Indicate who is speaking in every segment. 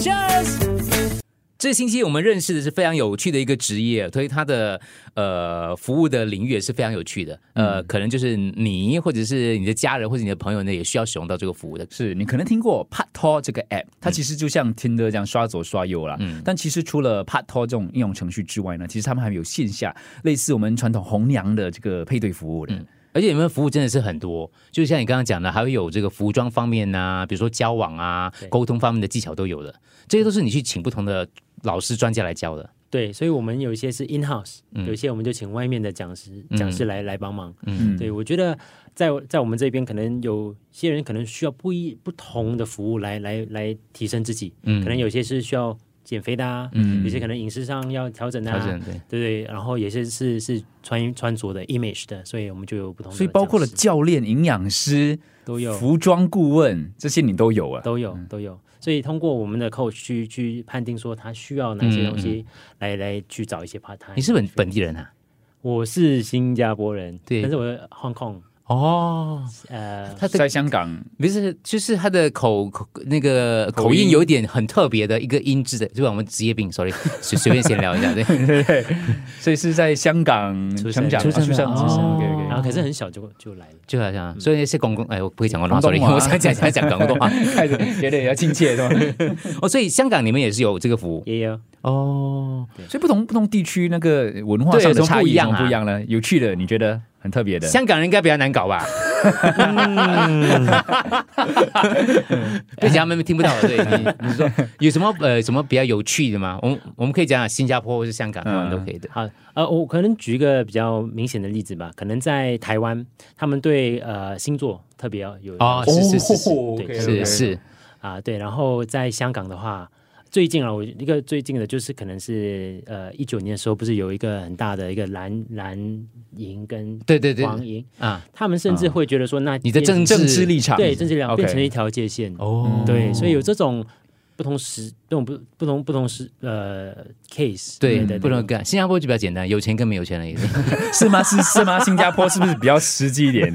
Speaker 1: Happy，Cheers。这星期我们认识的是非常有趣的一个职业，所以他的呃服务的领域也是非常有趣的。呃，可能就是你或者是你的家人或者你的朋友呢，也需要使用到这个服务的。
Speaker 2: 是你可能听过 p a t o 这个 app，它其实就像 Tinder 这样刷左刷右啦。嗯，但其实除了 p a t o 这种应用程序之外呢，其实他们还有线下类似我们传统红娘的这个配对服务的。
Speaker 1: 而且你们服务真的是很多，就像你刚刚讲的，还会有这个服装方面啊，比如说交往啊、沟通方面的技巧都有的，这些都是你去请不同的老师、专家来教的。
Speaker 3: 对，所以我们有一些是 in house，、有一些我们就请外面的讲师讲师来、来帮忙。
Speaker 2: 嗯
Speaker 3: 对我觉得在在我们这边，可能有些人可能需要不一不同的服务来来来提升自己，
Speaker 1: 嗯
Speaker 3: 可能有些是需要减肥的、啊，
Speaker 1: 嗯
Speaker 3: 有些可能饮食上要调整啊，
Speaker 1: 调整对
Speaker 3: 对对，然后也是是是穿穿着的 image 的，所以我们就有不同的讲师，
Speaker 2: 所以包括了教练、营养师、
Speaker 3: 都有
Speaker 2: 服装顾问这些，你都有啊。
Speaker 3: 都有都有，所以通过我们的 coach 去去判定说他需要哪
Speaker 2: 嗯
Speaker 3: 些东西来、来去找一些 part time。
Speaker 1: 你是本本地人啊？
Speaker 3: 我是新加坡人，
Speaker 1: 对
Speaker 3: 但是我在 Hong Kong，
Speaker 1: 哦，
Speaker 3: 呃，
Speaker 1: 他的
Speaker 2: 在香港，
Speaker 1: 不是，就是他的口口那个
Speaker 2: 口
Speaker 1: 口音
Speaker 2: 音
Speaker 1: 有一点很特别的一个音质的，就像我们职业病，sorry，随 随便闲聊一下，对，
Speaker 2: 所以是在香港
Speaker 3: 出生
Speaker 2: 成长、
Speaker 3: 出生
Speaker 2: 啊出生
Speaker 3: 的
Speaker 2: 出生
Speaker 1: 哦
Speaker 2: OK，OK
Speaker 3: 然后可是很小就就来了。
Speaker 1: 就好像所以那些广东，哎，我不会讲广东话
Speaker 2: 嗯广
Speaker 1: ，sorry，
Speaker 2: 东话
Speaker 1: 我想讲想讲广东 话
Speaker 2: 开始觉得也要亲切，是吧？
Speaker 1: 哦，所以香港你们也是有这个服务
Speaker 3: 也有，
Speaker 1: 哦，
Speaker 2: 所以不同不同地区那个文化
Speaker 1: 对
Speaker 2: 上
Speaker 1: 有什
Speaker 2: 的
Speaker 1: 么
Speaker 2: 差
Speaker 1: 不一
Speaker 2: 异
Speaker 1: 样
Speaker 2: 有什
Speaker 1: 啊
Speaker 2: 么不一样呢？有趣的，你觉得很特别的？
Speaker 1: 香港人应该比较难搞吧？
Speaker 2: 嗯
Speaker 1: 对，讲他们听不到， 对你你说有什么呃什么比较有趣的吗？我们我们可以讲讲新加坡或是香港，
Speaker 2: 嗯
Speaker 1: 他们都可以的。
Speaker 3: 好，呃，我可能举一个比较明显的例子吧，可能在台湾，他们对呃星座特别要有
Speaker 1: 哦
Speaker 3: 有
Speaker 1: 是是是是
Speaker 2: 哦
Speaker 3: 对
Speaker 2: OK，OK
Speaker 1: 是是，
Speaker 3: 啊，对，然后在香港的话，最近啊，我一个最近的就是可能是呃一九年的时候，不是有一个很大的一个蓝蓝营跟
Speaker 1: 对对对
Speaker 3: 黄营，
Speaker 1: 啊，
Speaker 3: 他们甚至会觉得说，那
Speaker 1: 你的政
Speaker 2: 政治立场
Speaker 3: 对政治两
Speaker 2: OK
Speaker 3: 变 成一条界限，
Speaker 1: 哦
Speaker 3: 对，所以有这种不同时这种不不同不同时呃 case，
Speaker 1: 对
Speaker 3: 对
Speaker 1: 不能干。新加坡就比较简单，有钱跟没有钱而已。
Speaker 2: 是吗？是是吗？新加坡是不是比较实际一点？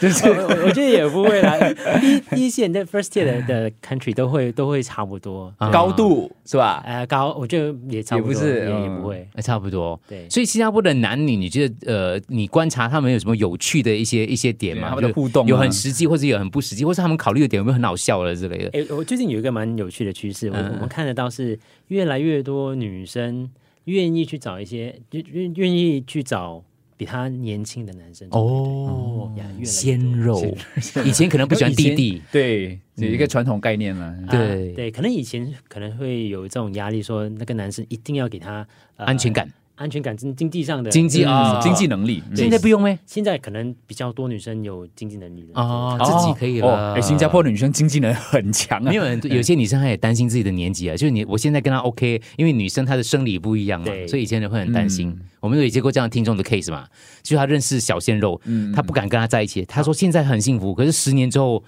Speaker 2: 就是
Speaker 3: 我我觉得也不会啦，第一第一线的 first tier 的的 country 都会都会差不多，
Speaker 1: 啊
Speaker 2: 高度是吧？
Speaker 3: 呃，高我觉得也差
Speaker 2: 也
Speaker 3: 不
Speaker 2: 不
Speaker 3: 多，
Speaker 2: 是
Speaker 3: 也也
Speaker 2: 嗯
Speaker 3: 不会，
Speaker 1: 呃差不多。
Speaker 3: 对。
Speaker 1: 所以新加坡的男女，你觉得呃，你观察他们有什么有趣的一些一些点吗？
Speaker 2: 对他们的
Speaker 1: 就
Speaker 2: 互动啊
Speaker 1: 有很实际，或者有很不实际，或是他们考虑的点有没有很好笑了之类的？
Speaker 3: 哎、我最近有一个蛮有趣的趋势，我、
Speaker 1: 嗯
Speaker 3: 我们看得到是越来越多女生愿意去找一些，愿愿愿意去找比她年轻的男生。
Speaker 1: 哦
Speaker 3: 呀越来越多
Speaker 1: 鲜肉，以前可能不喜欢弟 弟，，
Speaker 2: 对，有
Speaker 1: 嗯
Speaker 2: 一个传统概念嘛。
Speaker 3: 啊
Speaker 1: 对
Speaker 3: 对，可能以前可能会有这种压力，说那个男生一定要给他、呃
Speaker 1: 安全、感、
Speaker 3: 安全感、经经济上的
Speaker 1: 经济啊，
Speaker 2: 嗯经济。能力，
Speaker 1: 现在不用咩？
Speaker 3: 现在可能比较多女生有经济能力了。
Speaker 1: 哦，
Speaker 2: 哦
Speaker 1: 自己可以
Speaker 2: 哦
Speaker 1: 了。
Speaker 2: 哎，新加坡女生经济能力很 强啊，
Speaker 1: 没有人，有些女生她也担心自己的年纪啊，就是你，我现在跟她 OK，因为女生她的生理不一样嘛，
Speaker 3: 对嗯
Speaker 1: 所以以前人会很担心。我们有接过这样听众的 case 嘛，就是她认识小鲜肉，她不敢跟他在一起，她说现在很幸福，可是十年之后，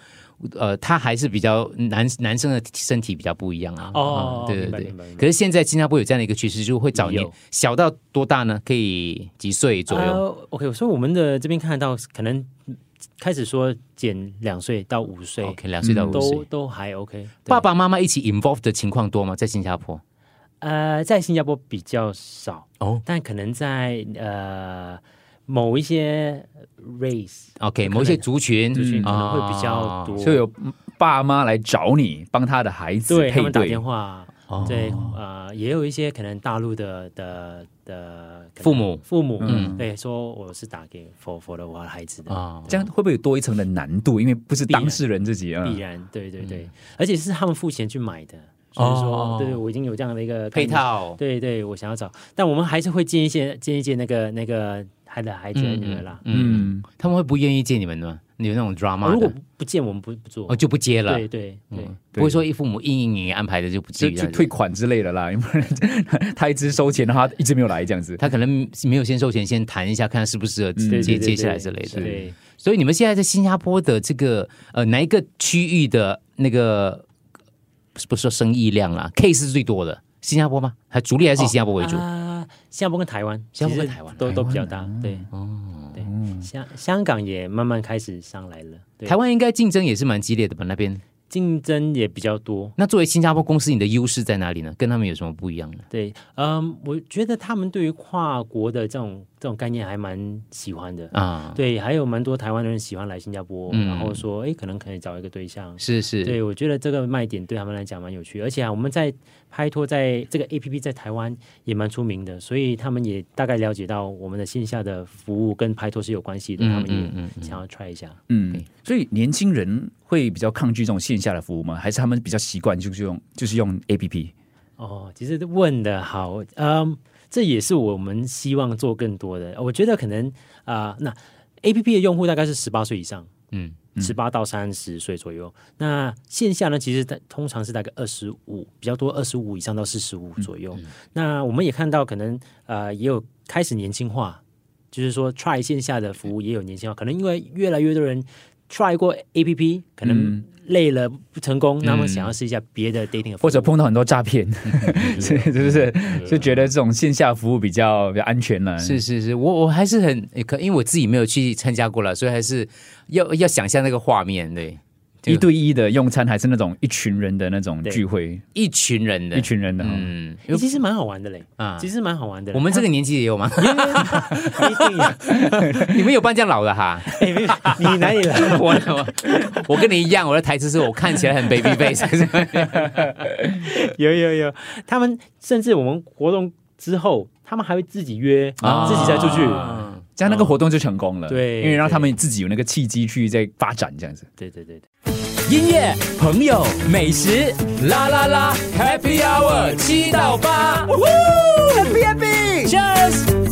Speaker 1: 呃，她还是比较男男生的身体比较不一样啊。嗯
Speaker 3: 哦
Speaker 1: 对
Speaker 3: 明白
Speaker 1: 对对
Speaker 3: 明白明。白
Speaker 1: 可是现在新加坡有这样的一个趋势，就会找你
Speaker 3: 有
Speaker 1: 小到多大呢？可以几岁左右？
Speaker 3: 呃 OK，所以我们的这边看得到，可能开始说减两岁到五岁
Speaker 1: OK，两岁到五
Speaker 3: 嗯都
Speaker 1: 岁。
Speaker 3: 都还 OK 对。
Speaker 1: 爸爸妈妈一起 involve 的情况多吗？在新加坡？
Speaker 3: 呃，在新加坡比较少
Speaker 1: 哦
Speaker 3: 但可能在呃某一些 race
Speaker 1: ，OK，某一些族群
Speaker 3: 族群
Speaker 1: 嗯啊
Speaker 3: 可能会比较多，
Speaker 2: 所以有爸妈来找你，帮他的孩子
Speaker 3: 对他
Speaker 2: 配
Speaker 3: 们打
Speaker 2: 对
Speaker 3: 电。话，
Speaker 1: 哦
Speaker 3: 对呃，也有一些可能大陆的的的可能
Speaker 1: 父母
Speaker 3: 父母，
Speaker 1: 嗯
Speaker 3: 对，说我是打给 for for 的我的孩嗯子的。
Speaker 1: 啊，
Speaker 2: 这样会不会有多一层的难度？因为不是当事人自己啊，
Speaker 3: 必然，对对对，而且是他们付钱去买的，所以
Speaker 1: 嗯哦
Speaker 3: 说，对对，我已经有这样的一个概
Speaker 1: 配
Speaker 3: 念
Speaker 1: 套。
Speaker 3: 对对，我想要找，但我们还是会建议一些建议一些那个那个他的孩子的女儿啦。啊
Speaker 1: 嗯，他们会不愿意见你们的吗？你们那种 drama 的，
Speaker 3: 哦如果不不见，我们不不做
Speaker 1: 哦。嗯就不接了
Speaker 3: 对，对对，
Speaker 1: 不会说一父母硬硬硬安排的就不至
Speaker 2: 就
Speaker 1: 于这
Speaker 2: 就
Speaker 1: 样子
Speaker 2: 退。款之类的啦，因为 他一直收钱，然后他一直没有来这样子。
Speaker 1: 他可能没有先收钱，先谈一下，看适不适合
Speaker 3: 对
Speaker 1: 接
Speaker 3: 对对
Speaker 1: 接
Speaker 3: 对
Speaker 1: 下来之类的。
Speaker 3: 对，
Speaker 1: 所以你们现在在新加坡的这个呃哪一个区域的那个不是说生意量啊，case 是最多的，新加坡吗？还主力还是以新加坡为主？
Speaker 3: 啊，新加坡跟台湾，
Speaker 1: 新加坡跟
Speaker 3: 其实
Speaker 1: 台湾
Speaker 3: 都都比较
Speaker 2: 台
Speaker 3: 大
Speaker 2: 湾啊，
Speaker 3: 对，
Speaker 1: 哦，
Speaker 3: 对，香香港也慢慢开始上来了，对，
Speaker 1: 台湾应该竞争也是蛮激烈的吧？那边
Speaker 3: 竞争也比较多，
Speaker 1: 那作为新加坡公司，你的优势在哪里呢？跟他们有什么不一样呢？
Speaker 3: 对，嗯，我觉得他们对于跨国的这种这种概念还蛮喜欢的，
Speaker 1: 啊，
Speaker 3: 对，还有蛮多台湾人喜欢来新加坡，
Speaker 1: 嗯
Speaker 3: 然后说，哎，可能可以找一个对象。
Speaker 1: 是是，
Speaker 3: 对，我觉得这个卖点对他们来讲蛮有趣，而且啊，我们在拍拖在这个 A P P 在台湾也蛮出名的，所以他们也大概了解到我们的线下的服务跟拍拖是有关系的，他
Speaker 1: 嗯
Speaker 3: 们
Speaker 1: 嗯
Speaker 3: 也
Speaker 1: 嗯，
Speaker 3: 想要 try 一下。
Speaker 2: 嗯，所以年轻人会比较抗拒这种线下的服务吗？还是他们比较习惯就是用就是用 A P P？
Speaker 3: 哦，其实问的好，嗯，这也是我们希望做更多的。我觉得可能啊、那 A P P 的用户大概是十八岁以上，
Speaker 1: 嗯，
Speaker 3: 十八到三十岁左右。那线下呢，其实大通常是大概二十五，比较多二十五以上到四十
Speaker 2: 嗯
Speaker 3: 五左右。那我们也看到，可能呃也有开始年轻化，就是说 try 线下的服务也有年轻化，可能因为越来越多人 try 过 A P P，可
Speaker 2: 嗯
Speaker 3: 能累了不成功，那么想要试一下别的 dating 的服务
Speaker 2: 或者碰到很多诈
Speaker 1: 嗯
Speaker 2: 骗， 是是不是？就觉得这种线下服务比较比较安全了。
Speaker 1: 嗯是是是，我我还是很诶可，因为我自己没有去参加过了，所以还是要要想象那个画面，对，
Speaker 2: 一对一的用餐，还是那种一群人的那种
Speaker 3: 对
Speaker 2: 聚会，
Speaker 1: 一群人的，
Speaker 2: 一群人的哈。
Speaker 1: 嗯，
Speaker 3: 欸其实蛮好玩的嘞，
Speaker 1: 啊
Speaker 3: 其实蛮好玩的嘞。
Speaker 1: 我们这个年纪也有吗？
Speaker 3: 他一定呀，
Speaker 1: 你们有扮这样老的哈？
Speaker 3: 哎没有你哪里来？
Speaker 1: 我我我跟你一样，我的台词是我看起来很 baby face，
Speaker 3: 有有有，他们甚至我们活动之后，他们还会自己约，
Speaker 2: 啊
Speaker 3: 自己再出去。
Speaker 1: 啊
Speaker 2: 这样那个活动就成功
Speaker 1: 哦
Speaker 2: 了，
Speaker 3: 对
Speaker 2: 因为让他们自己有那个契机去再发展这样子。
Speaker 3: 对对对对，
Speaker 1: 音乐、朋友、美食，啦啦啦，Happy Hour 七到八，Happy Happy，Cheers。